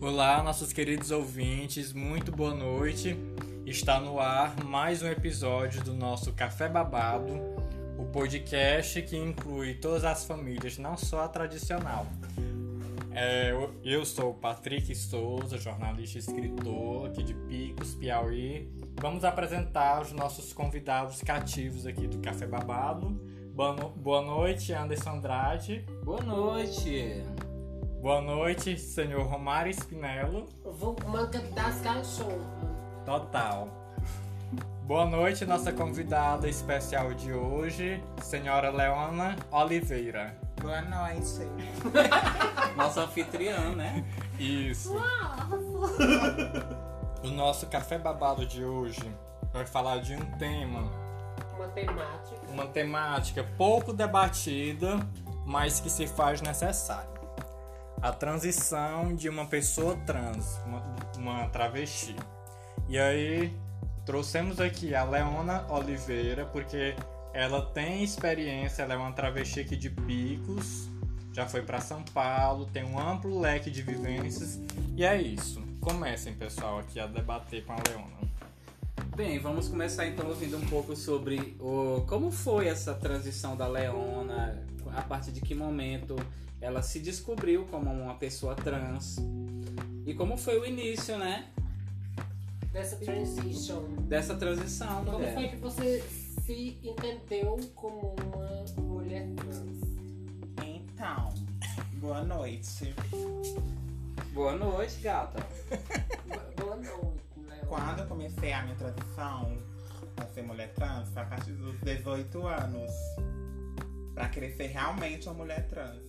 Olá, nossos queridos ouvintes, muito boa noite. Está no ar mais um episódio do nosso Café Babado, o podcast que inclui todas as famílias, não só a tradicional. É, eu- eu sou o Patrick Souza, jornalista e escritor aqui de Picos, Piauí. Vamos apresentar os nossos convidados cativos aqui do Café Babado. Boa, no- boa noite, Anderson Andrade. Boa noite! Boa noite, senhor Romário Spinello. Vou manca das cachorras. Total. Boa noite, nossa convidada especial de hoje, senhora Leona Oliveira. Boa noite. Nosso anfitrião, né? Isso. O nosso café babado de hoje vai falar de um tema, Matemática. uma temática pouco debatida, mas que se faz necessária. A transição de uma pessoa trans, uma, uma travesti. E aí trouxemos aqui a Leona Oliveira, porque ela tem experiência, ela é uma travesti aqui de picos, já foi para São Paulo, tem um amplo leque de vivências. E é isso. Comecem, pessoal, aqui a debater com a Leona. Bem, vamos começar então ouvindo um pouco sobre o, como foi essa transição da Leona, a partir de que momento ela se descobriu como uma pessoa trans e como foi o início, né? Dessa transition. Dessa transição. Como mulher. foi que você se entendeu como uma mulher trans? Então, boa noite. Boa noite, gata. Bo- Boa noite, né? Léo. Quando eu comecei a minha transição pra ser mulher trans, foi a partir dos 18 anos. Pra querer ser realmente uma mulher trans.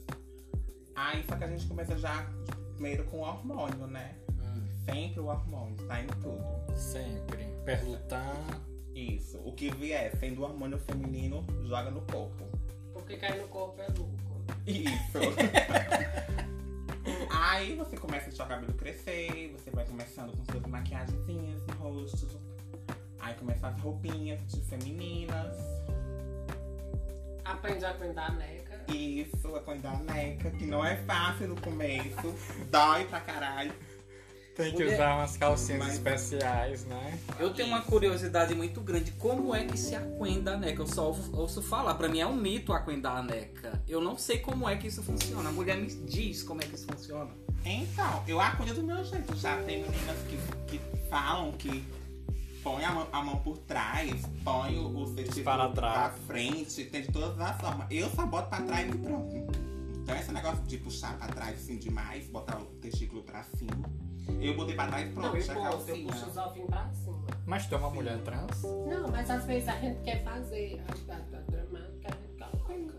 Aí só que a gente começa já primeiro com o hormônio, né? Hum. Sempre o hormônio, tá em tudo. Sempre. Perlutar. Isso. O que vier sendo hormônio feminino, joga no corpo. Porque cair no corpo é louco. Isso. Aí você começa a deixar o cabelo crescer, você vai começando com suas maquiagenzinhas no rosto. Aí começam as roupinhas de femininas. Aprende a aprender né? a neca. Isso, a coisa da neca, que não é fácil no começo. Dói pra caralho. Tem que Mulher- usar umas calcinhas Mas- especiais, né? Eu tenho uma curiosidade muito grande. Como é que se aquenda a neca? Eu só ouvo- ouço falar. Pra mim é um mito aquendar a neca. Eu não sei como é que isso funciona. A mulher me diz como é que isso funciona. Então, eu acolho do meu jeito. Já tem meninas que, que falam que põe a mão, a mão por trás, põe o, o sentido Para pra trás. frente, tem de todas as formas. Eu só boto pra trás e pronto. Então esse negócio de puxar pra trás assim demais, botar o testículo pra cima. Eu botei pra trás e pronto, não, eu já posso, eu né? calcinha. puxo os ovinhos pra cima. Mas tem uma mulher trans? Não, mas às vezes a gente quer fazer a, a, a dramática, a gente coloca. Hum.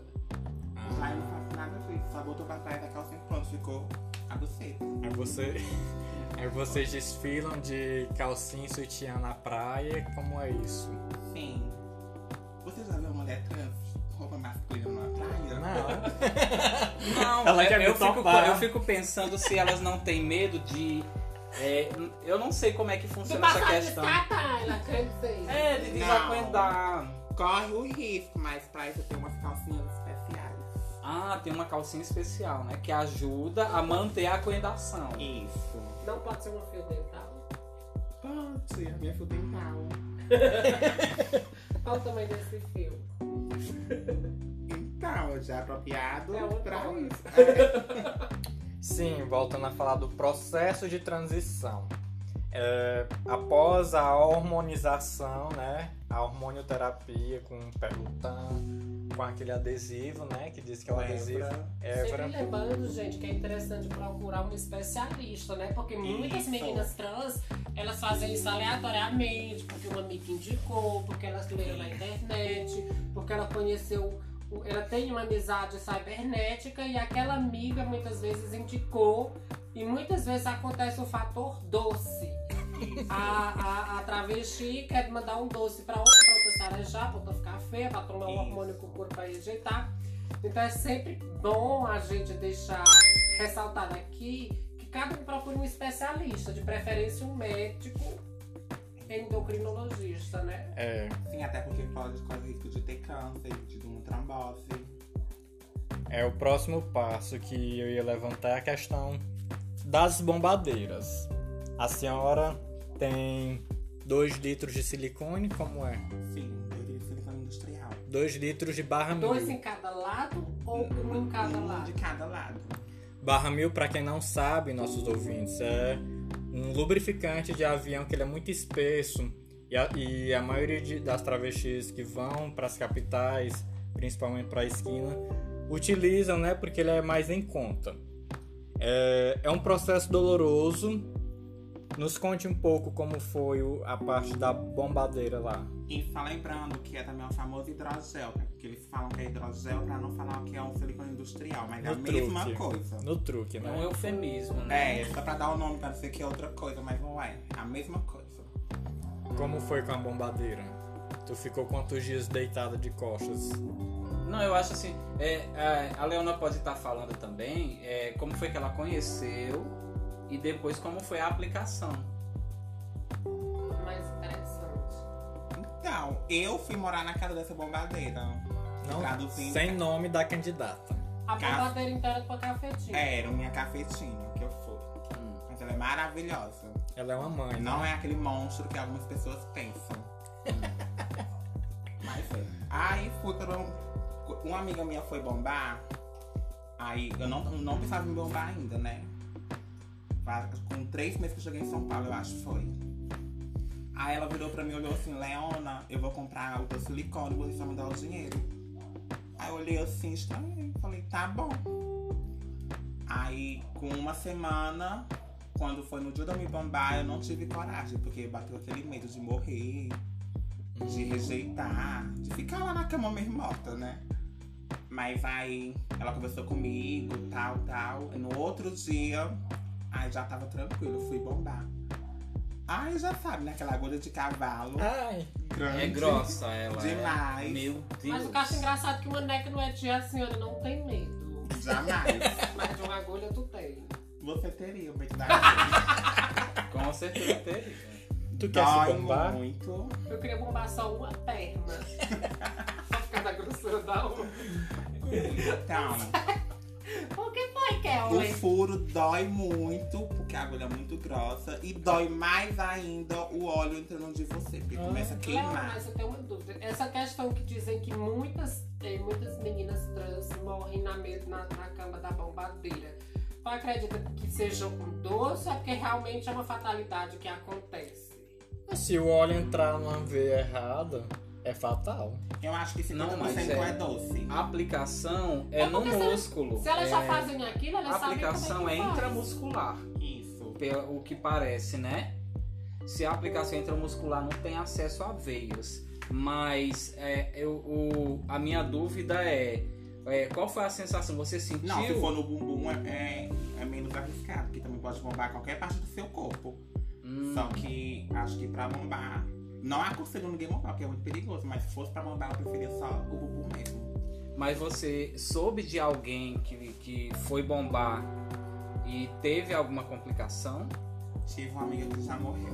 Aí eu não faço nada disso, só botou pra trás a calcinha e pronto, ficou a buceta. Aí, É você... Aí vocês desfilam de calcinha e sutiã na praia, como é isso? Sim. Você já viu uma mulher trans com roupa masculina na praia? Não, Não, Ela eu, quer me eu fico, topar. eu fico pensando se elas não têm medo de. é, eu não sei como é que Se funciona essa passar de questão. catar, ela quer dizer. É, de Não. desacuendar. Corre o risco, mas pra isso tem umas calcinhas especiais. Ah, tem uma calcinha especial, né? Que ajuda a manter a acuendação. Isso. Não pode ser um fio dental. Pode, a minha fio dental. Qual o tamanho desse fio? Então, já é apropriado É outra pra coisa. isso. Sim, voltando a falar do processo de transição. É, após a hormonização, né? A hormonioterapia com pelutan, com aquele adesivo, né? Que diz que é o Evra. adesivo Sempre Evra. lembrando, gente, que é interessante procurar um especialista, né? Porque muitas Isso. meninas trans, elas fazem isso aleatoriamente, porque uma amiga indicou, porque elas leram na internet, porque ela conheceu, o- ela tem uma amizade cibernética e aquela amiga muitas vezes indicou. E muitas vezes acontece o fator doce. A, a, a travesti quer mandar um doce pra outra, pra outra se aleijar, pra outra ficar feia, pra tomar um Isso. hormônio com o corpo pra rejeitar. Então é sempre bom a gente deixar ressaltado aqui que cada um procure um especialista, de preferência um médico endocrinologista, né? É, Sim, até porque pode correr o risco de ter câncer, de uma trombose. é o próximo passo que eu ia levantar é a questão das bombadeiras. A senhora tem 2 litros de silicone, como é? Sim, ele foi falando industrial. 2 litros de barra Dois mil. em cada lado ou um em cada um lado? de cada lado. Barra mil, pra quem não sabe, nossos ouvintes, é um lubrificante de avião que ele é muito espesso. E a, e a maioria de- das travestis que vão para as capitais, principalmente para a esquina, utilizam, né? Porque ele é mais em conta. É, é um processo doloroso. Nos conte um pouco como foi o- a parte da bombadeira lá. E só lembrando que é também o famoso hidrogel, né? porque eles falam que é hidrogel pra não falar que é um silicone industrial, mas é a No mesma truque. coisa. No truque, É um né? eufemismo, né? É, só pra dar o nome pra não ser que é outra coisa, mas não é. É a mesma coisa. Como foi com a bombadeira? Tu ficou quantos dias deitada de costas? Não, eu acho assim. é, a- a Leona pode estar falando também é, como foi que ela conheceu e depois como foi a aplicação. Mais interessante. Então, eu fui morar na casa dessa bombadeira. Não, Traduzindo. sem nome da candidata. A Ca- bombadeira inteira com a cafetinha. É, Era minha cafetinha que eu fui. Hum. Mas ela é maravilhosa. Ela é uma mãe. Não é aquele monstro que algumas pessoas pensam. Mas é. Aí fui pra um... Uma amiga minha foi bombar. Aí eu não, eu não pensava em bombar ainda, né? Faz- Com três meses que eu cheguei em São Paulo, eu acho que foi. Aí ela virou pra mim e olhou assim, Leona, eu vou comprar o teu silicone, você só me dá o dinheiro. Aí eu olhei assim, estranhei, falei, tá bom. Aí, com uma semana, quando foi no dia de eu me bombar, eu não tive coragem, porque bateu aquele medo de morrer, de rejeitar, de ficar lá na cama meio morta, né? Mas aí ela conversou comigo, tal, tal. E no outro dia, aí já tava tranquilo, fui bombar. Aí já sabe, né? Aquela agulha de cavalo. Ai, grande. É grossa ela. é- Demais. Meu Deus. Mas o que eu acho engraçado é que uma neca não é de a senhora não tem medo. Jamais. Mas de uma agulha tu tem. Você teria medo da agulha. Com certeza é teve. tu quer se Dói bombar? muito. Eu queria bombar só uma perna. Só por causa da grossura da outra. Então, O que foi, o Kelly? furo dói muito, porque a agulha é muito grossa. E dói mais ainda o óleo entrando de você, porque começa a Léo, queimar. mas eu tenho uma dúvida. Essa questão que dizem que muitas, eh, muitas meninas trans morrem na, me- na, na cama da bombadeira. Tu acredita que seja com doce ou é porque realmente é uma fatalidade que acontece? Se o óleo entrar numa veia errada, é fatal. Eu acho que 50% Não, não, mas é. é. doce. A aplicação é, É no porque se ela- músculo. Se elas já é- fazem aquilo, A elas sabem como é que aplicação é faz. intramuscular, Isso. pelo o que parece, né? Se a aplicação é intramuscular não tem acesso a veias. Mas é, eu, o- a minha dúvida é, é, qual foi a sensação? Você sentiu? Não, se for no bumbum é, é, é menos arriscado, porque também pode bombar qualquer parte do seu corpo. Hum, Só que acho que pra bombar. Não aconselho ninguém bombar, porque é muito perigoso, mas se fosse pra bombar, eu preferia só o bumbum mesmo. mas você soube de alguém que, que foi bombar e teve alguma complicação? Tive uma amiga que já morreu.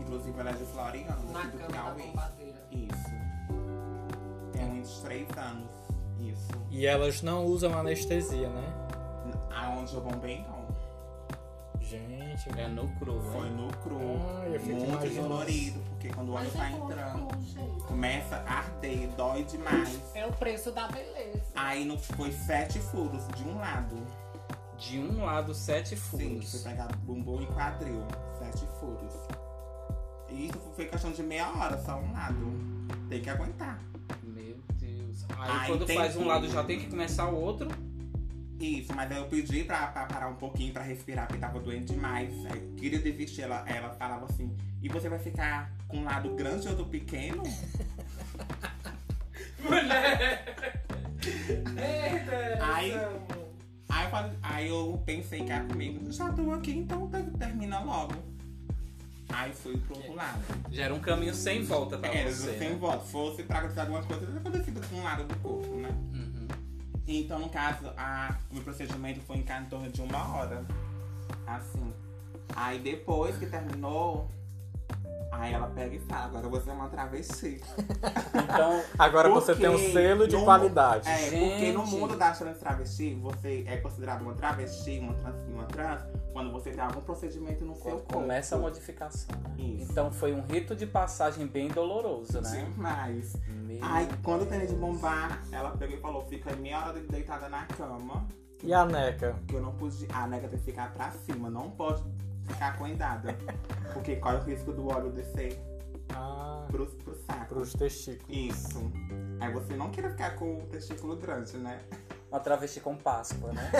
Inclusive, ela é de Floriano, Na aqui do cama da Piauí. bombadeira. Isso. Tem É. uns três anos. Isso. E elas não usam anestesia, né? Aonde eu bombei, não. Gente, É no cru, Foi hein? no cru. Ah, eu fico muito imaginando. dolorido, porque quando o óleo Mas tá é como entrando, tudo, gente. começa a arder, dói demais. É o preço da beleza. Aí não foi sete furos de um lado. De um lado, sete Sim, que furos. foi pegar bumbum e quadril. Sete furos. E isso foi questão de meia hora, só um lado. Tem que aguentar. Meu Deus. Aí Ai, quando tem faz um que- lado já tem que começar o outro. Isso, mas aí eu pedi pra, pra parar um pouquinho pra respirar, porque tava doente demais. Aí eu queria desistir. Ela, ela falava assim: e você vai ficar com um lado grande e outro pequeno? Aí- Aí eu, falei- aí eu pensei que era comigo: já tô aqui, então te- termina logo. Aí fui pro outro lado. Já era um caminho sem volta pra Era você. sem né? voto. Fosse pra acontecer alguma coisa, eu acontecido com um lado do corpo, né? Uhum. Então, no caso, a, o meu procedimento foi em ca- em torno de uma hora. Assim. Aí depois que terminou, Aí ela pega e fala, agora você é uma travesti. Então, Agora Por você quê? tem um selo de No- qualidade. É, porque no Gente. mundo da trans travesti, você é considerado uma travesti, uma trans, uma trans quando você tem algum procedimento no seu corpo. começa a modificação. Isso. Então foi um rito de passagem bem doloroso, né? Demais. Meu Aí quando eu terminei de bombar, ela pegou e falou, fica meia hora deitada na cama, E a NECA? que eu não pude. A nega tem que ficar pra cima, não pode ficar coendada. Porque corre o risco do óleo descer Ah, pro, pro saco. pros testículos. Isso. Aí você não queira ficar com o testículo grande, né? Uma travesti com Páscoa, né?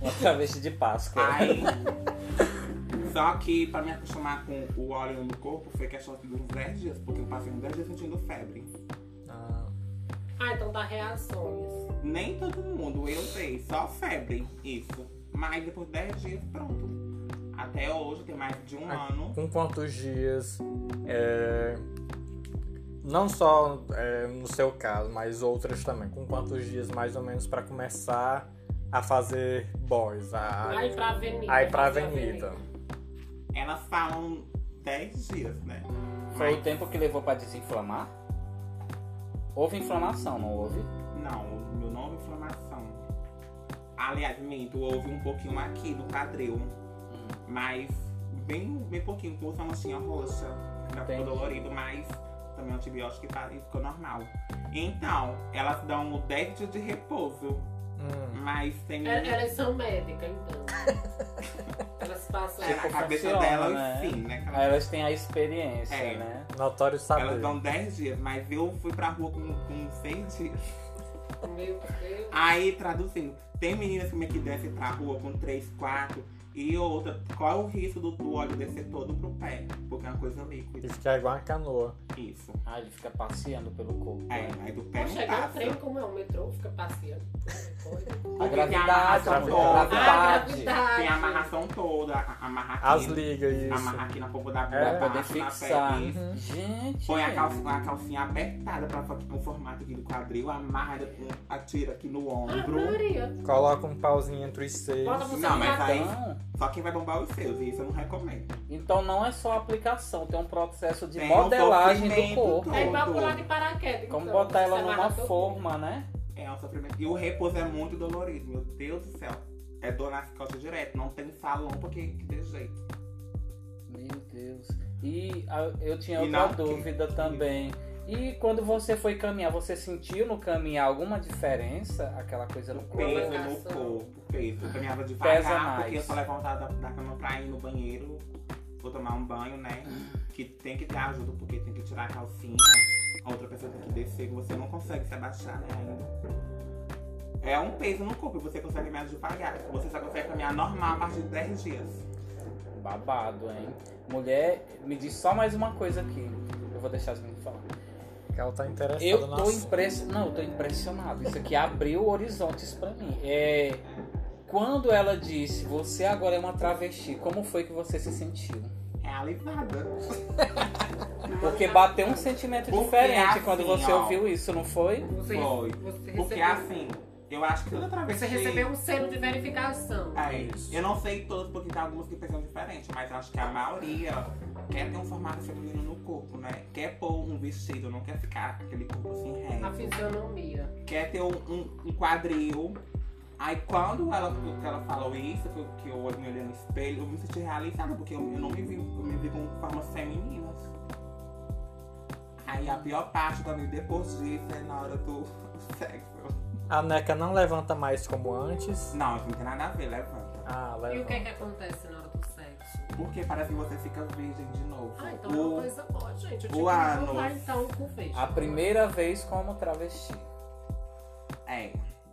Uma travesti de Páscoa. Aí. Só que pra me acostumar com o óleo no corpo foi questão de uns 10 dias, porque eu passei uns 10 dias sentindo febre. Ah, Ah, então dá reações. Nem todo mundo, eu sei, só febre, isso. Mas depois de 10 dias, pronto. Até hoje, tem mais de um ano. com quantos dias? é, não só é, no seu caso, mas outras também. Com quantos dias mais ou menos pra começar a fazer boys? A, Aí pra avenida. a ir pra fazer avenida. Elas falam 10 dias, né? Foi o tempo que levou pra desinflamar? Houve inflamação, não houve? Não, o meu nome é inflamação. Aliás, minto, houve um pouquinho aqui no quadril. Hum. Mas bem, bem pouquinho, com uma manchinha roxa. Tá Entendi. ficou dolorido, mas também o antibiótico e tá- e ficou normal. Então, elas dão o 10 dias de repouso. Hum. Mas tem É, Elas são médicas, então. Elas passam. Tira a Tipo, cabeça funciona, dela né? e sim, né? que Aí elas- elas têm a experiência, É. né? Notório Elas saber. dão 10 dias, mas eu fui pra rua com, com 6 dias. Meu Deus. Aí, traduzindo, tem meninas como é que desce pra rua com 3, 4 e outra. Qual é o risco do, do óleo descer todo pro pé? Porque é uma coisa E líquida. ficar igual uma canoa. Isso. Ah, ele fica passeando pelo corpo. É, né? aí do pé Poxa, não igual o passa. trem como é o metrô, fica passeando. A Porque tem gravidade, a amarração toda. Ah, gravidade. Tem a gravidade. amarração toda, a- amarrar As aqui, ligas, isso. amarrar aqui na polpa da bunda, É. Pra poder abaixo, Ah, na fixar. né? perna, isso. Gente. Põe a calcinha, a calcinha apertada pra fazer um formato aqui do quadril, amarra, um, atira aqui no Ah, ombro. Maria. Coloca um pauzinho entre os seis. Bota você Não, mas na aí- Então, Só quem vai bombar os seus, e isso eu não recomendo. então não é só a aplicação, tem um processo de Tem um modelagem do sofrimento corpo. todo. É igual pular de paraquedas. Como então, botar ela você numa amarra todo forma, né? É um sofrimento. E o repouso é muito dolorido, meu Deus do céu. É dor nas costas direto, não tem salão porque que dê jeito. Meu Deus. E ah, eu tinha E outra não- dúvida também. E quando você foi caminhar, você sentiu no caminhar alguma diferença? Aquela coisa no corpo? Peso no corpo, peso. Eu caminhava Pesa devagar, mais. porque eu só levantava da, da cama pra ir no banheiro, vou tomar um banho, né? Que tem que ter ajuda, porque tem que tirar a calcinha, a outra pessoa tem que descer, você não consegue se abaixar, né? ainda. É um peso no corpo e você consegue caminhar devagar. Você só consegue caminhar normal a partir de 10 dias. Babado, hein? Mulher, me diz só mais uma coisa aqui. Eu vou deixar as meninas falar. Que ela tá interessada Eu no tô assunto. impressionado. Não, eu tô impressionado. Isso aqui abriu horizontes pra mim. É. Quando ela disse, você agora é uma travesti, como foi que você se sentiu? É alisada. mundo. Porque bateu um sentimento Porque diferente assim, quando você ó. ouviu isso, não foi? Você, Foi. você Porque recebeu, assim, eu acho que toda travesti. você recebeu um selo de verificação. Aí, Isso. É eu não sei todos, porque tem algumas que pensam diferente, mas acho que a maioria quer ter um formato feminino no corpo, né? Quer pôr um vestido, não quer ficar com aquele corpo assim Ah. A reto. fisionomia. Quer ter um, um- um quadril. Aí quando ela, que ela falou isso, que eu, que eu me olhei no espelho, eu me senti realizada, porque eu, eu não me vi, eu me vi com formas femininas. Aí a pior parte também depois disso é na hora do sexo. A NECA não levanta mais como antes. Não, isso não tem nada a ver, levanta. Ah, E o que é que levanta. acontece na hora do sexo? Porque parece que você fica virgem de novo. Ah, então é uma o, coisa boa, gente. Eu tinha o que ânus. voltar então com o beijo. A primeira vez como travesti. é,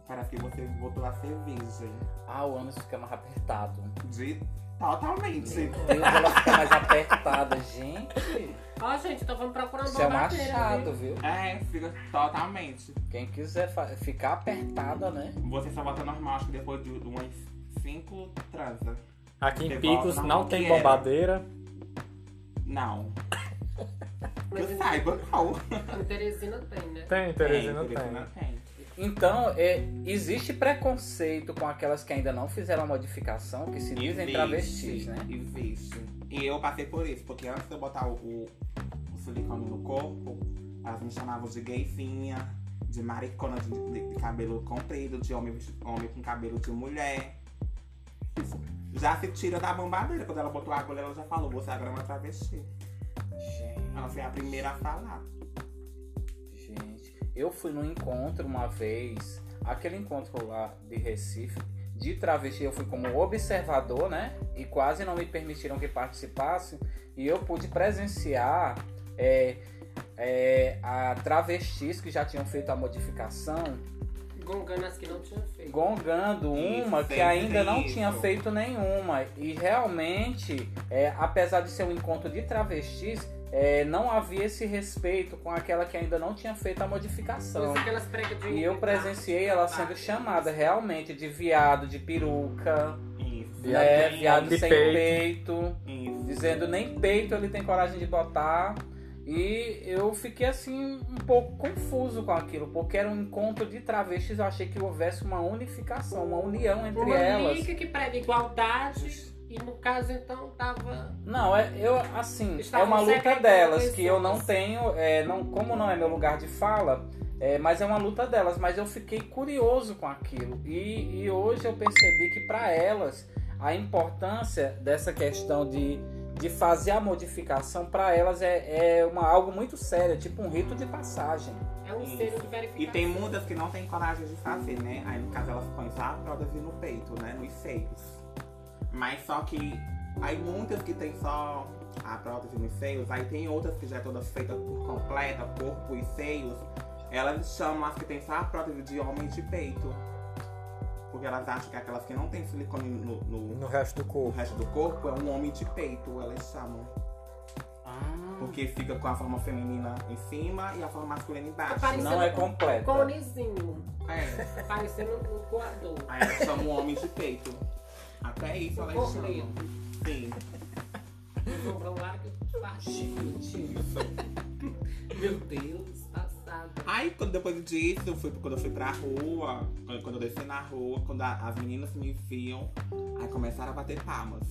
parece que você voltou a ser virgem. Ah, o ânus fica mais apertado. De totalmente. Meu Deus, ela fica mais apertada, gente. Ó, gente, então vamos procurar uma Isso é um babadeira, viu? achado, viu? É, fica totalmente. Quem quiser fa- ficar apertada, né? Você só volta normal, acho que depois de umas cinco transa. Aqui em Você Picos volta na não mão tem que era. bombadeira. Não. Mas Que eu em- saiba, não. É, em Teresina tem, né? Tem, Teresina tem. Teresina tem. E Então, é, existe preconceito com aquelas que ainda não fizeram a modificação, que se dizem é travestis, né? Existe. E eu passei por isso, porque antes de eu botar o, o, o silicone no corpo, elas me chamavam de gayzinha, de maricona de, de- de cabelo comprido, de homem, de homem com cabelo de mulher. Isso. Já se tira da bombadeira. Quando ela botou a agulha, ela já falou, você agora é uma travesti. Ela foi Ah, é a primeira a falar. Gente, eu fui num encontro uma vez, aquele encontro lá de Recife, de travesti, eu fui como observador, né? E quase não me permitiram que participasse. E eu pude presenciar é, é, a travestis que já tinham feito a modificação Gonganas que não tinha feito. gongando Isso, uma que é ainda não incrível. tinha feito nenhuma. E realmente, é, apesar de ser um encontro de travestis, é, não havia esse respeito com aquela que ainda não tinha feito a Por modificação. isso que elas pregam de E eu presenciei ela sendo chamada realmente de viado, de peruca, Isso. Viado né? sem- Viado de sem peito. peito, Isso. dizendo nem peito ele tem coragem de botar. E eu fiquei assim um pouco confuso com aquilo, porque era um encontro de travestis, eu achei que houvesse uma unificação, uma união entre Uma elas. liga que prega igualdade. E no caso, então, tava. Não, é, eu assim, Estavam é uma luta segregando delas pessoas. que eu não tenho, é, não, como não é meu lugar de fala, é, mas é uma luta delas. Mas eu fiquei curioso com aquilo e, e hoje eu percebi que para elas a importância dessa questão de, de fazer a modificação para elas é, é uma, algo muito sério, é tipo um rito de passagem. É um Isso. selo de verificação. E tem muitas que não têm coragem de fazer, né? Aí no caso elas põem só a prótese no peito, né? Nos seios. Mas só que aí muitas que tem só a prótese nos seios, aí tem outras que já é toda feita por completa, corpo e seios. Elas chamam as que tem só a prótese de homem de peito. Porque elas acham que aquelas que não tem silicone no, no- No resto do no corpo. resto do corpo é um homem de peito, elas chamam. Porque fica com a forma feminina em cima e a forma masculina embaixo. Parece- Não é completo. Conezinho. É. Parecendo um coador. Aí ela chama o homem de peito. Até isso Um ela chama. corneto. Sim. Sobrou lá que eu baixei. Mentira. Meu Deus, passada. Aí quando, depois disso, eu fui, quando eu fui pra rua, quando quando eu desci na rua, quando a- as meninas me viam, aí começaram a bater palmas.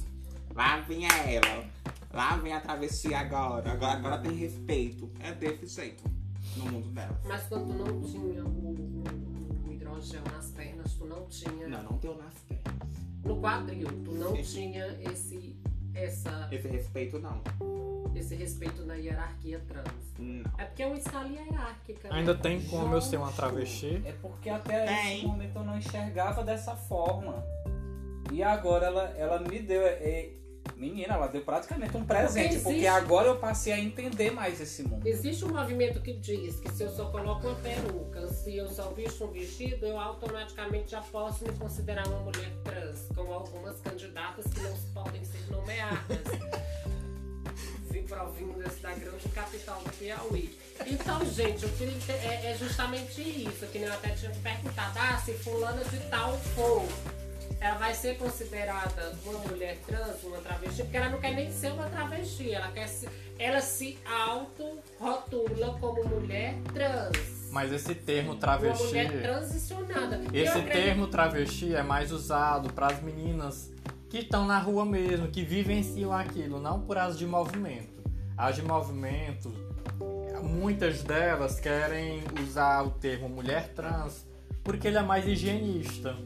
Lá vem ela. Lá vem a travesti agora. Agora, agora tem respeito. É desse jeito. No mundo dela. Mas quando tu não tinha o, o hidrogel nas pernas, tu não tinha. Não, não deu nas pernas. No quadril, tu não Sim. tinha esse, essa, Esse respeito não. esse respeito na hierarquia trans. Não. É porque é uma escala hierárquica. né? Ainda tem como eu ser uma travesti? É porque até Tem. esse momento eu não enxergava dessa forma. E agora ela, ela me deu. é, menina, ela deu praticamente um presente. existe- Porque, agora eu passei a entender mais esse mundo. Existe um movimento que diz que se eu só coloco uma peruca, se eu só visto um vestido, eu automaticamente já posso me considerar uma mulher trans, como algumas candidatas que não podem ser nomeadas. Vim provindas da grande capital do Piauí. Então, gente, o que inte- é, é justamente isso, que nem eu até tinha me perguntado, ah, se fulana de tal for, ela vai ser considerada uma mulher trans, uma travesti, porque ela não quer nem ser uma travesti, ela quer se, ela se auto-rotula como mulher trans. Mas esse termo Uma travesti. mulher transicionada. E eu Esse acredito- termo travesti é mais usado para as meninas que estão na rua mesmo, que vivenciam aquilo, não por as de movimento. As de movimento, muitas delas querem usar o termo mulher trans porque ele é mais higienista.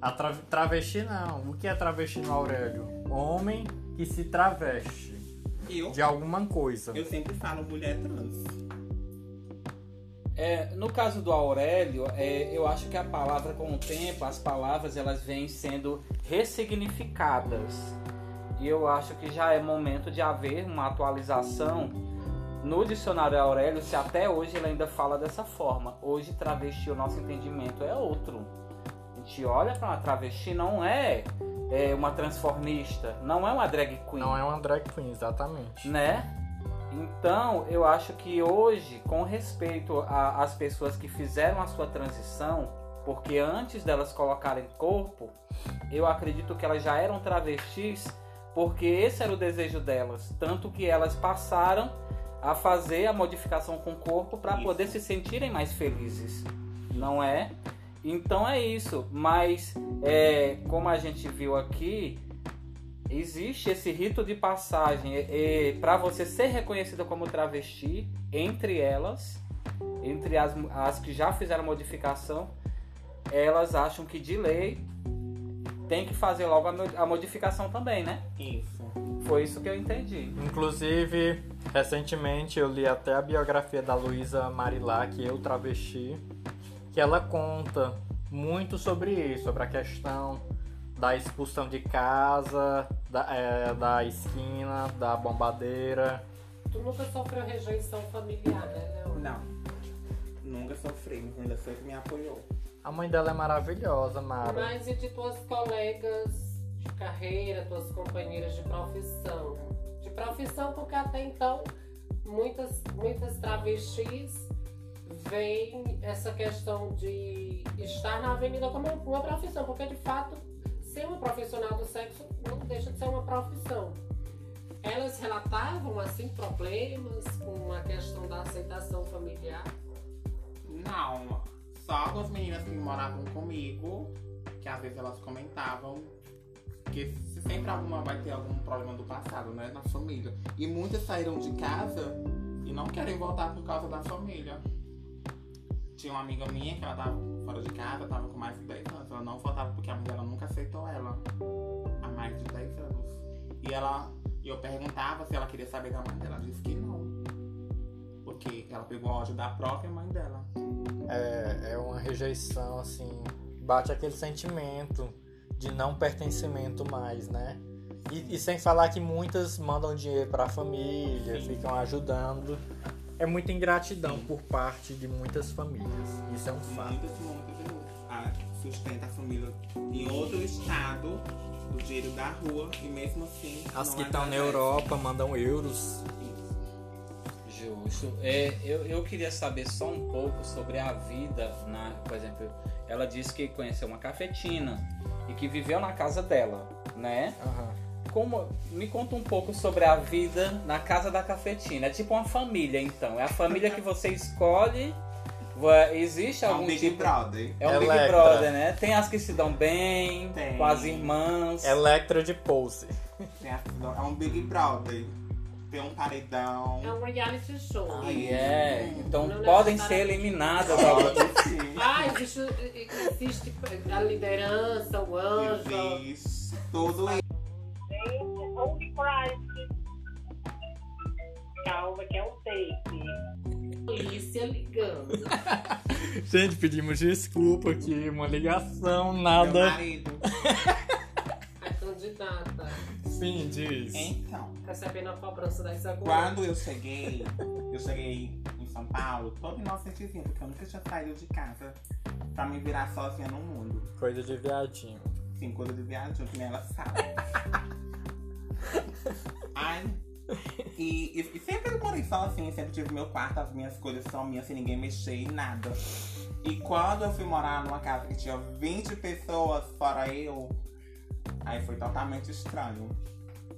A tra- travesti não. O que é travesti no Aurélio? Homem que se traveste Eu, de alguma coisa. eu sempre falo mulher trans. É, no caso do Aurélio, é, eu acho que a palavra com o tempo, as palavras elas vêm sendo ressignificadas. E eu acho que já é momento de haver uma atualização no dicionário Aurélio, se até hoje ele ainda fala dessa forma. Hoje travesti, o nosso entendimento é outro. A gente olha para uma travesti, não é, é, uma transformista, não é uma drag queen Não é uma drag queen, exatamente. né? Então, eu acho que hoje, com respeito a- às pessoas que fizeram a sua transição, porque antes delas colocarem corpo, eu acredito que elas já eram travestis, porque esse era o desejo delas, tanto que elas passaram a fazer a modificação com o corpo para Isso. poder se sentirem mais felizes. não é? Então é isso, mas é, como a gente viu aqui, existe esse rito de passagem para você ser reconhecida como travesti entre elas, entre as, as que já fizeram modificação, elas acham que de lei tem que fazer logo a, mo- a modificação também, né? Isso. Foi isso que eu entendi. Inclusive, recentemente eu li até a biografia da Luísa Marilá, que eu travesti, que ela conta muito sobre isso, sobre a questão da expulsão de casa, da, eh, da esquina, da bombadeira. Tu nunca sofreu rejeição familiar, né, Leon? Não. Nunca sofri, mas ainda sempre me apoiou. A mãe dela é maravilhosa, Mara. Mas e de tuas colegas de carreira, tuas companheiras de profissão? De profissão, porque até então muitas, muitas travestis veem essa questão de estar na avenida como uma profissão, porque de fato ser uma profissional do sexo não deixa de ser uma profissão. Elas relatavam assim problemas com a questão da aceitação familiar. Não, só com as meninas que moravam comigo, que às vezes elas comentavam que se sempre alguma vai ter algum problema do passado, né? Na família. E muitas saíram de casa e não querem voltar por causa da família. Tinha uma amiga minha que ela tava fora de casa, tava com mais de 10 anos. Ela não voltava porque a mãe dela nunca aceitou ela há mais de 10 anos. E ela, e eu perguntava se ela queria saber da mãe dela. Ela disse que não. Porque ela pegou ódio da própria mãe dela. É, é uma rejeição, assim, bate aquele sentimento de não pertencimento mais, né? E, e sem falar que muitas mandam dinheiro pra família, Sim. ficam ajudando. É muita ingratidão por parte de muitas famílias. Isso é um fato. Muitas, muitas e muitas. Ah, sustenta a família em outro estado, o dinheiro da rua, e mesmo assim. As não que estão na agradece. Europa mandam euros. Isso. Justo. É, eu, eu queria saber só um pouco sobre a vida, na, por exemplo, ela disse que conheceu uma cafetina e que viveu na casa dela, né? Aham. Como, me conta um pouco sobre a vida na casa da cafetina. É tipo uma família, então. É a família que você escolhe. Va- Existe É um algum Big tipo... Brother. É um Big Electra. Brother, né? Tem as que se dão bem, Tem. com as irmãs. É Electra de Pulse. Tem a- É um Big Brother. Tem um paredão. É um reality show. Ai, é. Então Não podem ser necessariamente. eliminadas. algumas. Pode sim. Ah, existe, existe a liderança, o anjo. Existe. Tudo isso. Only Christ. Calma, que é um tape. Polícia ligando. Gente, pedimos desculpa aqui, uma ligação, Meu nada. marido. A candidata. Sim, diz. Então, Recebendo a cobrança das agulhas. quando eu cheguei, eu cheguei em São Paulo, todo inocentezinha, porque eu nunca tinha saído de casa pra me virar sozinha no mundo. Coisa de viadinho. Sim, quando ele viajou, que nem ela sabe. Ai. E, e- e sempre eu morei só assim, sempre tive meu quarto, as minhas coisas são minhas, sem ninguém mexer em nada. E quando eu fui morar numa casa que tinha 20 pessoas, fora eu, aí foi totalmente estranho.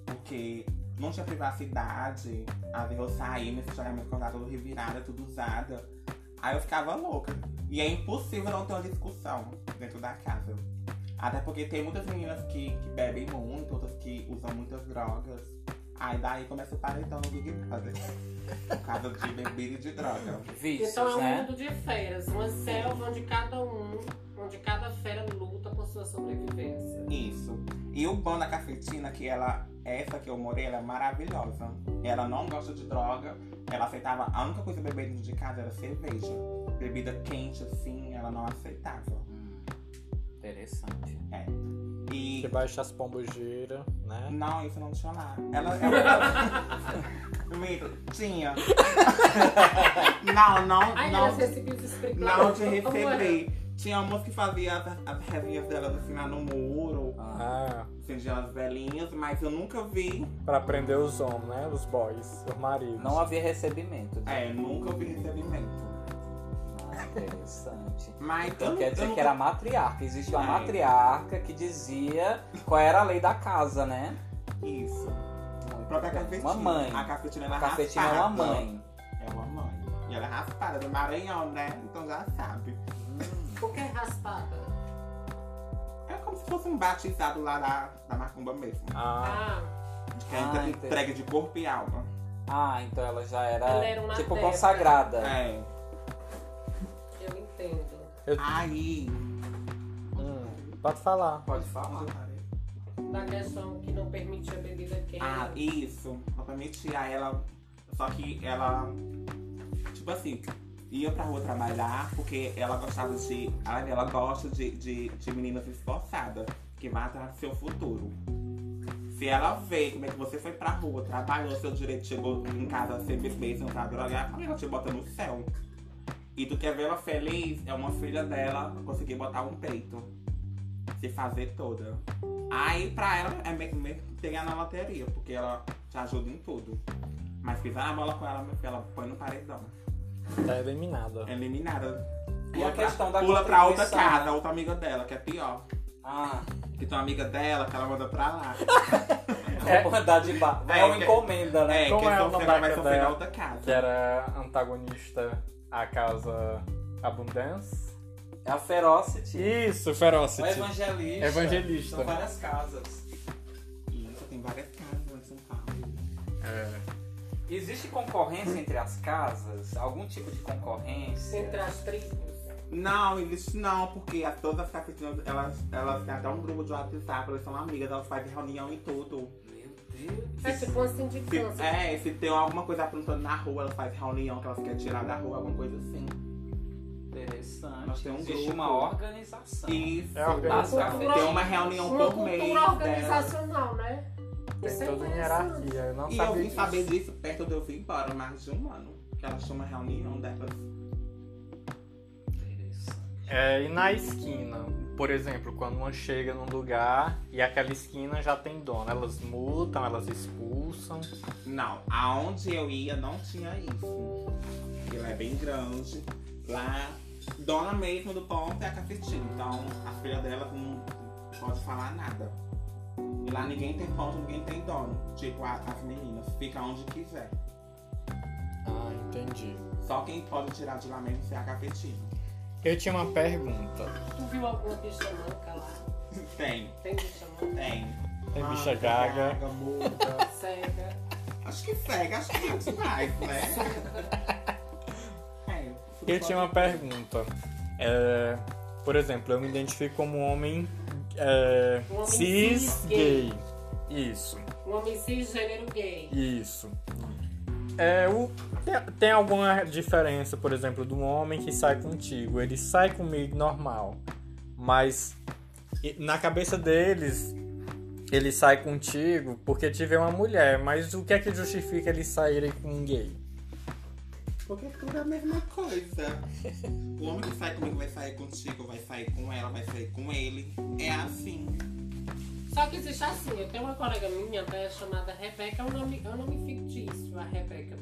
Porque não tinha privacidade, às vezes eu saía, me sentia minha contada revirada, tudo usada. Aí eu ficava louca. E é impossível não ter uma discussão dentro da casa. Até porque tem muitas meninas que, que bebem muito, outras que usam muitas drogas. Aí daí começa o paredão no Big Brother. Por causa de bebida e de droga. Vícios, Então é um né? mundo de feras, uma selva onde cada um, onde cada fera luta por sua sobrevivência. Isso. E o bom da cafetina, que ela, essa que eu morei, ela é maravilhosa. Ela não gosta de droga, ela aceitava. A única coisa bebida dentro de casa era cerveja. Bebida quente, assim, ela não aceitava. Hum, Interessante. É. Que E. baixa as pombogeiras, né? Não, isso não tinha lá. Ela. ela... Mito, tinha. não, não, Ai, não. elas recebiam esses Na hora de Como é? era? receber. Tinha umas que fazia as, as revinhas delas assim lá no muro, Ah, acendia as velhinhas, mas eu nunca vi. pra prender os homens, né? Os boys, os maridos. Não havia recebimento. né? É, nunca vi recebimento. Ah, interessante. Mas eu Então nu- quer eu dizer nunca- que era matriarca. Existe uma Ah, é. matriarca que dizia qual era a lei da casa, né? Isso. A própria cafetina. Uma mãe. A cafetina ela A cafetina é uma raspada. mãe. É uma mãe. E ela é raspada, do Maranhão, né? Então já sabe. Hum, O que é raspada? É como se fosse um batizado lá da, da macumba mesmo. Ah, Ah, Que Ah, entra entendi. entrega de corpo e alma. ah, então ela já era, Ela era uma tipo adepta. consagrada. É. eu entendo. Aí. Hum, pode falar. Pode falar. Da questão que não permite a bebida quente. Ah, isso. Ela permitia aí ela. Só que ela. Tipo assim, ia pra rua trabalhar porque ela gostava de. Ela, ela gosta de, de, de meninas esforçadas, que vai atrás do seu futuro. Se ela vê como é que você foi pra rua, trabalhou seu direito, chegou em casa sem beber, sem estar drogada, como é que ela te bota no céu? E tu quer ver ela feliz? É uma filha dela conseguir botar um peito. Se fazer toda. Aí pra ela é meio me, pegar na loteria, porque ela te ajuda em tudo. Mas pisar na bola com ela, meu filho, ela põe no paredão. Tá eliminada. É eliminada. E a questão da Pula pra outra contribuição, casa, né? outra amiga dela, que é pior. Ah, Que tem uma amiga dela que ela manda pra lá. é mandar de bar. É, É, uma que- encomenda, né? É, Como quem é o sofrer nome vai da sofrer dela? na outra casa. Que era antagonista à causa Abundance. É a Ferocity. Isso, O Ferocity. evangelista. É Evangelista. São várias casas. Isso, tem várias casas em São Paulo. É. Existe concorrência entre as casas? Algum tipo de concorrência? Entre as tribos. Não, existe não, porque as- todas as cafetinhas, elas, elas têm até um grupo de WhatsApp, elas são amigas, elas fazem reunião e tudo. Meu Deus. É tipo uma Se, sindicância. é, se tem alguma coisa aprontando na rua, elas fazem reunião que elas querem tirar da rua, alguma coisa assim. Interessante. Nós temos um Existe grupo. uma organização. Tá, Isso. É uma As organização. cafeterias. Tem uma reunião Uma por mês. cultura dela. organizacional, né? Tem Isso é toda uma interessante. hierarquia. Eu não E eu sabia vim disso. saber disso perto de eu vir embora, mais de um ano. Que elas tinham uma reunião delas. Interessante. É, e na esquina, por exemplo, quando uma chega num lugar e aquela esquina já tem dono, elas multam, elas expulsam. Não, aonde eu ia não tinha isso. Porque lá é bem grande. Lá, dona mesmo do ponto é a cafetina. Então, a filha dela não pode falar nada. E lá ninguém tem ponto, ninguém tem dono. Tipo, a- as meninas, fica onde quiser. Ah, entendi. Só quem pode tirar de lá mesmo é a cafetina. Eu tinha uma pergunta. Tu viu alguma bicha manca lá? Tem, Tem um bicha manca? tem. Tem bicha Manta, gaga. muda. Cega. Acho que segue, acho que é demais, né? É, tudo Eu tinha uma pergunta. É, por exemplo, eu me identifico como um homem, é, Um homem cis, cis gay. Isso, Um homem cisgênero gay. isso. É, o, te- tem alguma diferença, por exemplo, de um homem que sai contigo? Ele sai comigo normal, mas e- na cabeça deles ele sai contigo porque tiver uma mulher. Mas o que é que justifica eles saírem com um gay? Porque tudo é a mesma coisa. O homem que sai comigo vai sair contigo, vai sair com ela, vai sair com ele. É assim. Só que existe assim, eu tenho uma colega minha, até chamada Rebeca, é um nome, é um nome fictício, a Rebeca.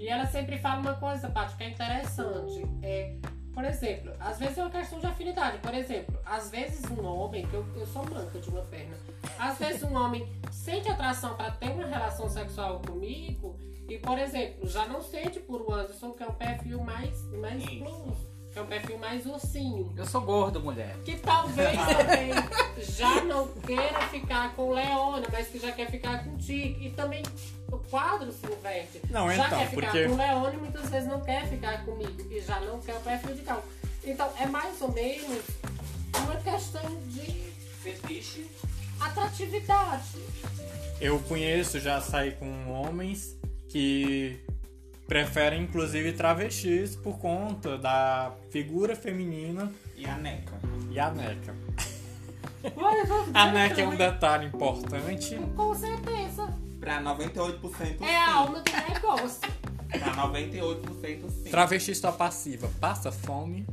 E ela sempre fala uma coisa, Paty, que é interessante. É, por exemplo, às vezes é uma questão de afinidade. Por exemplo, às vezes um homem, que eu, eu sou manca de uma perna, às vezes um homem sente atração para ter uma relação sexual comigo e, por exemplo, já não sente por o Anderson, que é um perfil mais, mais Isso. plus, que é um perfil mais ursinho Eu sou gordo, mulher. que talvez também já não queira ficar com Leona, mas que já quer ficar com Tique. E também o quadro se inverte. Não, já então, quer ficar porque- com Leona e muitas vezes não quer ficar comigo. E já não quer o perfil de cal. Então é mais ou menos uma questão de Fetiche. atratividade. Eu conheço, já saí com homens que preferem inclusive travestis por conta da figura feminina E a Neca? e a neca. A neca é um detalhe importante. tipo, Com certeza. Pra 98% É a sim. alma do negócio. Pra 98% sim. Travesti só passiva, passa fome.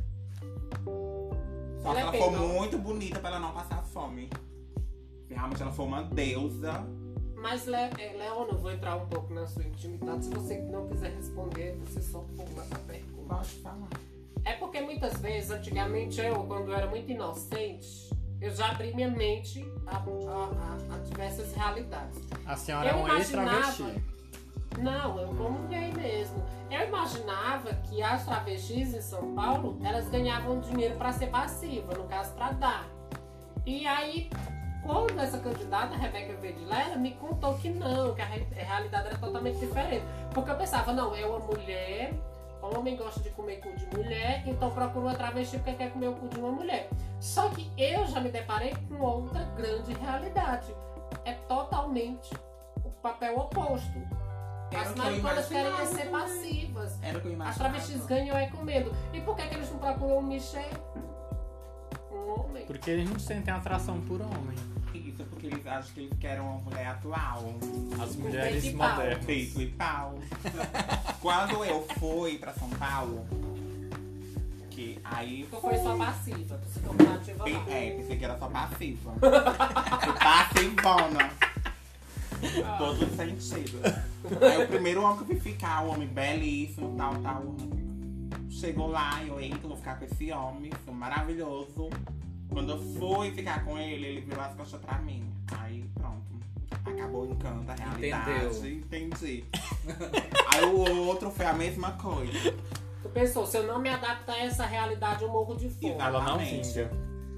Só que Ela ela é for bem, não. muito bonita pra ela não passar fome. Se realmente ela for uma deusa. Mas, Le eh, Leona, eu vou entrar um pouco na sua intimidade. Se você não quiser responder, você só pula essa pergunta. Pode falar. É porque muitas vezes, antigamente eu, quando eu era muito inocente, eu já abri minha mente a, a- a- a diversas realidades. A senhora é Eu um ex-travesti. imaginava- Não, eu como gay mesmo. Eu imaginava que as travestis em São Paulo, elas ganhavam dinheiro pra ser passiva, no caso pra dar. E aí, quando essa candidata, a Rebeca Vedilera, me contou que não, que a re- a realidade era totalmente diferente. Porque eu pensava, não, é uma mulher, homem gosta de comer cu de mulher, então procura uma travesti porque quer comer o cu de uma mulher. Só que eu já me deparei com outra grande realidade. É totalmente o papel oposto. Era As o que eu mariconas querem é ser imaginava também. passivas. Era o que eu As imaginava. travestis ganham é comendo. E por que, que eles não procuram um Michel? Um homem? Porque eles não sentem atração por homem. Isso, é porque eles acham que eles querem uma mulher atual. As Com mulheres peito e pau. modernas. Peito e pau. Quando eu fui pra São Paulo, que aí Tu foi só passiva, tu se tornou ativa lá. É, pensei que era só passiva. Fui Passivona. Em todos os sentidos. Aí É o primeiro homem que eu fui ficar, um homem belíssimo, tal, tal. Chegou lá, eu, eita, eu vou ficar com esse homem, isso é maravilhoso. Quando eu fui ficar com ele, ele virou as costas pra mim. Aí pronto. Acabou o encanto, a realidade. Entendeu. Entendi. Aí o outro foi a mesma coisa. Tu pensou, se eu não me adaptar a essa realidade, eu morro de fome. Ela não Exatamente. vinga.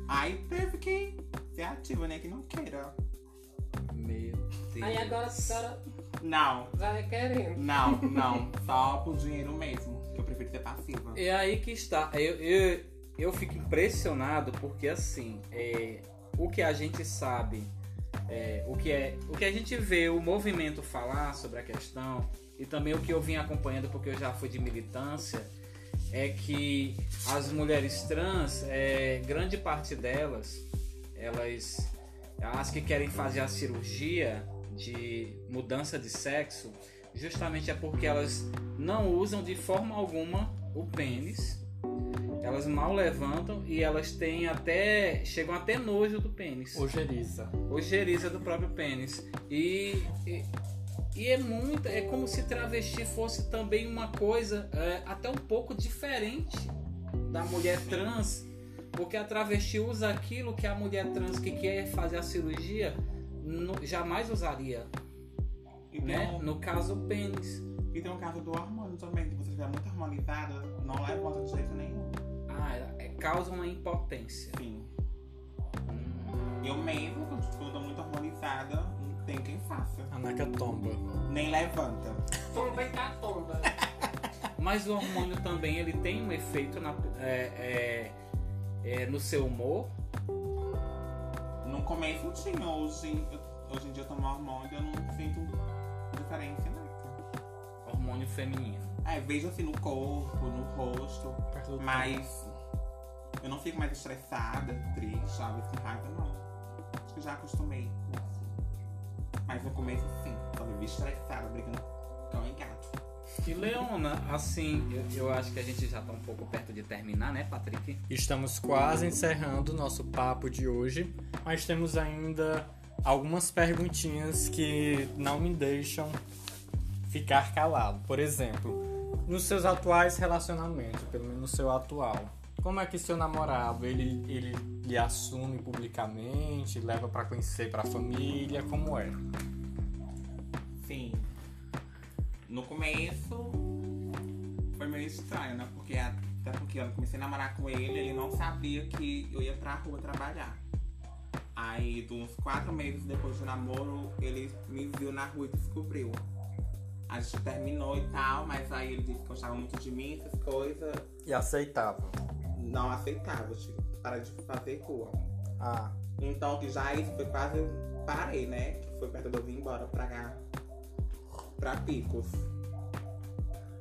Aí teve que ser ativa, né? Que não queira. Meu Deus. Aí agora tá os caras Não, já requerendo. Não, não. Só por dinheiro mesmo. Que eu prefiro ser passiva. É aí que está. Eu, eu, eu fico impressionado porque assim, é, o que a gente sabe, é, o, que é, o que a gente vê o movimento falar sobre a questão, e também o que eu vim acompanhando porque eu já fui de militância, é que as mulheres trans, é, grande parte delas, elas. As que querem fazer a cirurgia de mudança de sexo, justamente é porque elas não usam de forma alguma o pênis. Elas mal levantam e elas têm até. chegam até nojo do pênis. Ojeriza. Ojeriza do próprio pênis. E, e, e é muito. É como se travesti fosse também uma coisa é, até um pouco diferente da mulher trans. Porque a travesti usa aquilo que a mulher trans que quer fazer a cirurgia nu- jamais usaria. E tem, né? um, No caso, o pênis. e tem um caso do hormônio também. Se você estiver muito harmonizada, não levanta de jeito nenhum. Ah, é- causa uma impotência. Sim. Hum. Eu mesmo, quando quando eu tô muito harmonizada, não tem quem faça. Anacatomba. Nem levanta. Tomba e catomba. Mas o hormônio também ele tem um efeito na- é, é, é, no seu humor. No começo eu tinha. Hoje, eu- hoje em dia eu tomo hormônio e eu não sinto diferença nada. Hormônio feminino. É, vejo assim no corpo, no rosto. Perto do- Mas eu não fico mais estressada, triste, sabe? Com raiva, não. Acho que já acostumei com isso. Mas no começo, sim. Só me vi estressada, brigando com cão e gato. E Leona, assim, eu, eu acho que a gente já tá um pouco perto de terminar, né, Patrick? Estamos quase encerrando o nosso papo de hoje, mas temos ainda algumas perguntinhas que não me deixam ficar calado. Por exemplo, nos seus atuais relacionamentos, pelo menos no seu atual, como é que seu namorado, ele, ele lhe assume publicamente, leva pra conhecer pra família, como é? Sim. No começo foi meio estranho, né? Porque até porque eu comecei a namorar com ele, ele não sabia que eu ia pra rua trabalhar. Aí, de uns quatro meses depois do namoro, ele me viu na rua e descobriu. A gente terminou e tal, mas aí ele disse que gostava muito de mim, essas coisas. E aceitável. Não aceitava, tipo, para de fazer rua. Ah, Então, que já isso foi quase. Parei, né? Que foi perto de eu vir embora pra cá. Pra Picos.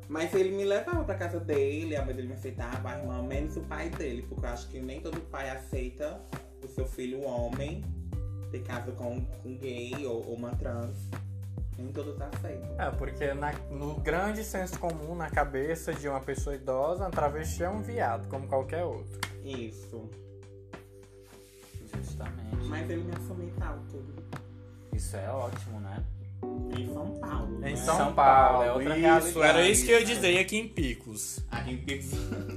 Mas ele me levava pra casa dele, a mãe dele me aceitava, a irmã, menos o pai dele, porque eu acho que nem todo pai aceita o seu filho homem ter casa com um gay ou, ou uma trans. Nem todos aceitam. É, porque na- no grande senso comum, na cabeça de uma pessoa idosa, uma travesti é um viado, como qualquer outro. Isso. Justamente. Mas ele me assumiu e tal, tudo. Isso é ótimo, né? Em São Paulo. Em né? São, São Paulo, Paulo. é outra isso, realidade. era isso que eu ia dizer aqui em Picos. Aqui em Pix.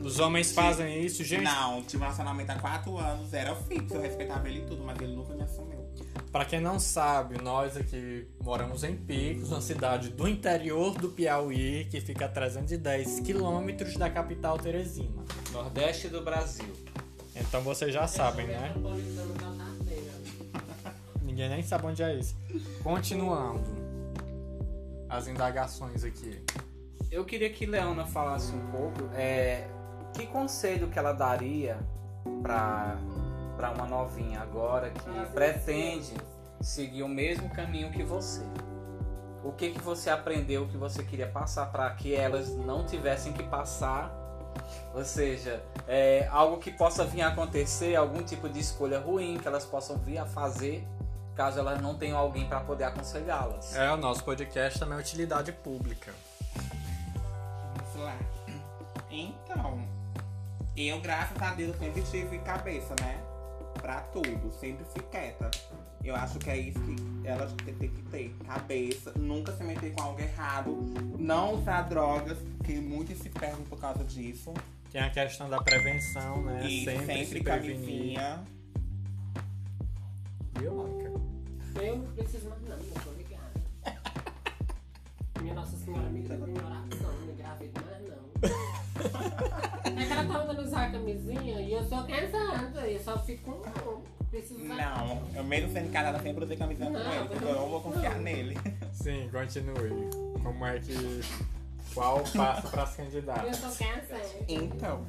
Os homens fazem isso, gente. Não, tive um relacionamento há quatro anos, era fixo, eu respeitava ele e tudo, mas ele nunca me assumiu. Pra quem não sabe, nós aqui moramos em Picos, uma cidade do interior do Piauí, que fica a 310 quilômetros da capital Teresina. Nordeste do Brasil. Então vocês já sabem, né? Metropolitano da Madeira. Ninguém nem sabe onde é isso. Continuando. As indagações aqui. Eu queria que Leona falasse um pouco é, que conselho que ela daria pra, pra uma novinha agora que pretende seguir o mesmo caminho que você. O que, que você aprendeu que você queria passar para que elas não tivessem que passar? Ou seja, é, algo que possa vir a acontecer, algum tipo de escolha ruim que elas possam vir a fazer, caso elas não tenham alguém para poder aconselhá-las. É, o nosso podcast também é utilidade pública. Vamos lá. Então, eu, graças a Deus, eu sempre tive cabeça, né? Pra tudo, sempre fui quieta. Eu acho que é isso que ela tem tem que ter. Cabeça, nunca se meter com algo errado, não usar drogas, que muitos se perdem por causa disso. Tem a questão da prevenção, né? e sempre, sempre, se prevenir. camisinha. Bianca. Eu não preciso mais não, eu tô ligada. Minha Nossa Senhora me livre em oração, não me gravei mais não. É que ela tá mandando usar a camisinha e eu sou casada, eu só fico com um. Preciso usar. Não, eu mesmo sendo casada, sempre usei camisinha com Não, ele, porque eu não vou confiar nele. Sim, continue. Como é que. Qual passo para as Eu candidatas? sou casada. Então.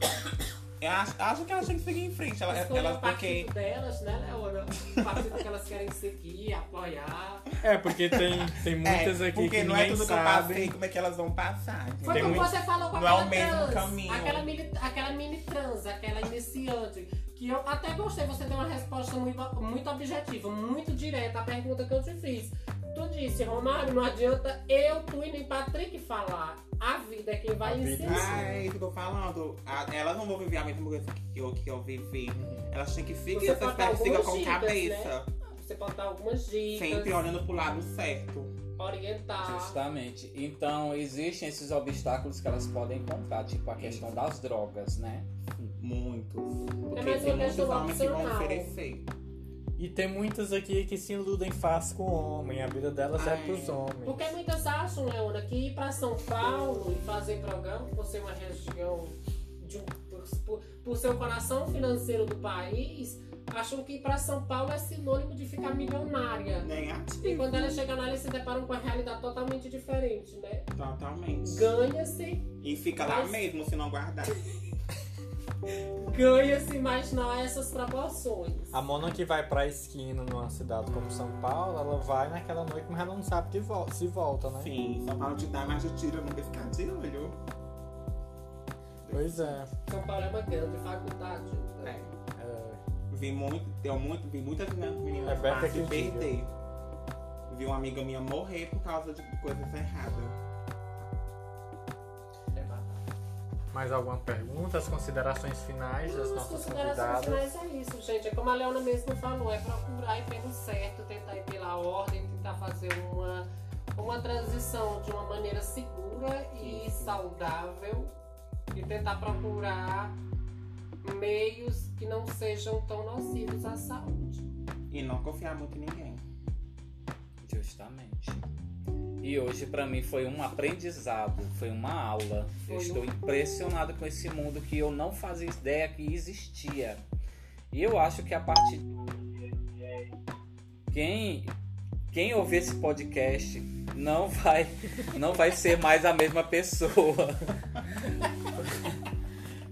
Eu acho, acho que ela tinha que seguir em frente. Ela, Escolha ela o porque. partido delas, né, Leona? O partido que elas querem seguir, apoiar. É, porque tem, tem muitas é, aqui porque que não é ninguém tudo que eu sabe. passei, como é que elas vão passar. entendeu? Foi Tem como muito- você falou com não é o aquela mesmo trans, caminho. Aquela mini, aquela mini trans, aquela iniciante. Que eu até gostei, você deu uma resposta muito, muito objetiva, muito direta à pergunta que eu te fiz. Tu disse, Romário, não adianta eu, tu e nem Patrick falar. A vida é quem A vai vida Ah, sim. ensinar. é isso que eu tô falando. A- elas não vão viver a mesma coisa que eu, que eu vivi. Elas têm que seguir Uhum. Você essas pode dar pernas, siga algumas com dicas, cabeça. é. Você pode dar algumas dicas, Sempre olhando pro lado certo. orientar. Justamente. Então, existem esses obstáculos que elas podem encontrar, tipo a questão das drogas, né? Muitos. Porque É mais tem uma muitos questão homens que vão opcional. oferecer. E tem muitas aqui que se iludem fácil com o homem. A vida delas é Ai. pros homens. Porque muitas acham, Leona, que ir pra São Paulo e fazer programa, por ser uma região de um- por, por- por ser o coração financeiro do país, acham que ir pra São Paulo é sinônimo de ficar milionária. E Negativo. quando elas chegam lá, elas se deparam com uma realidade totalmente diferente, né? Totalmente. Ganha-se, E fica lá Mas- mesmo se não guardar. ganha-se, mas não a essas proporções. A Mona que vai pra esquina numa cidade como São Paulo, ela vai naquela noite, mas ela não sabe que vol- se volta, né? Sim, São Paulo te dá, mas eu tiro, eu nunca ficar de olho. Pois é. São Paulo é uma grande faculdade. né? É. É, Vi muito, deu muito, vi muitas meninas- É meninas Beca fácil que perder. Vi uma amiga minha morrer por causa de coisas erradas. Mais alguma pergunta? As considerações finais das As nossas considerações convidadas? finais é isso, gente. É como a Leona mesmo falou, é procurar e pelo certo, tentar ir pela ordem, tentar fazer uma, uma transição de uma maneira segura e saudável e tentar procurar meios que não sejam tão nocivos à saúde. E não confiar muito em ninguém. Justamente. E hoje pra mim foi um aprendizado, foi uma aula. Foi eu um- estou impressionado com esse mundo que eu não fazia ideia que existia. E eu acho que a partir quem quem ouvir esse podcast não vai não vai ser mais a mesma pessoa.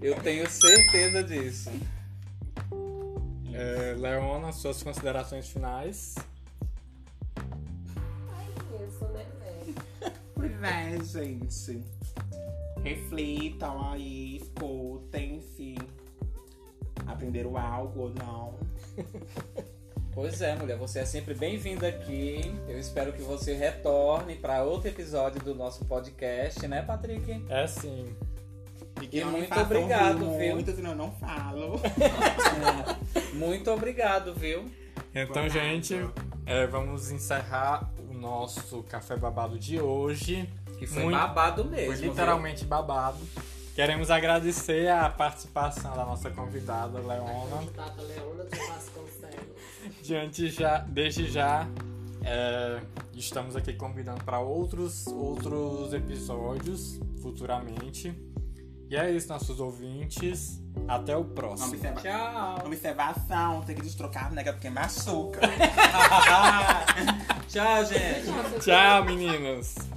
Eu tenho certeza disso. É, Leona, suas considerações finais. É isso, né? Pois é, gente. Reflitam aí, escutem se aprenderam algo ou não. Pois é, mulher, você é sempre bem-vinda aqui. Eu espero que você retorne para outro episódio do nosso podcast, né, Patrick? É sim. E não me muito façam obrigado, rir viu? Muito, senão eu não falo. Muito obrigado, viu? Então, gente, é, vamos encerrar o nosso café babado de hoje. Que foi Muito- babado mesmo. Foi viu? literalmente babado. Queremos agradecer a participação da nossa convidada, A Leona. candidata Tá, Leona de Vasconcelos. Diante já, desde já, é, estamos aqui convidando para outros, outros episódios futuramente. E é isso, nossos ouvintes. Até o Uma próximo. observa- Tchau. Observação, tem que destrocar nega, porque machuca. Tchau, gente. Tchau, meninas!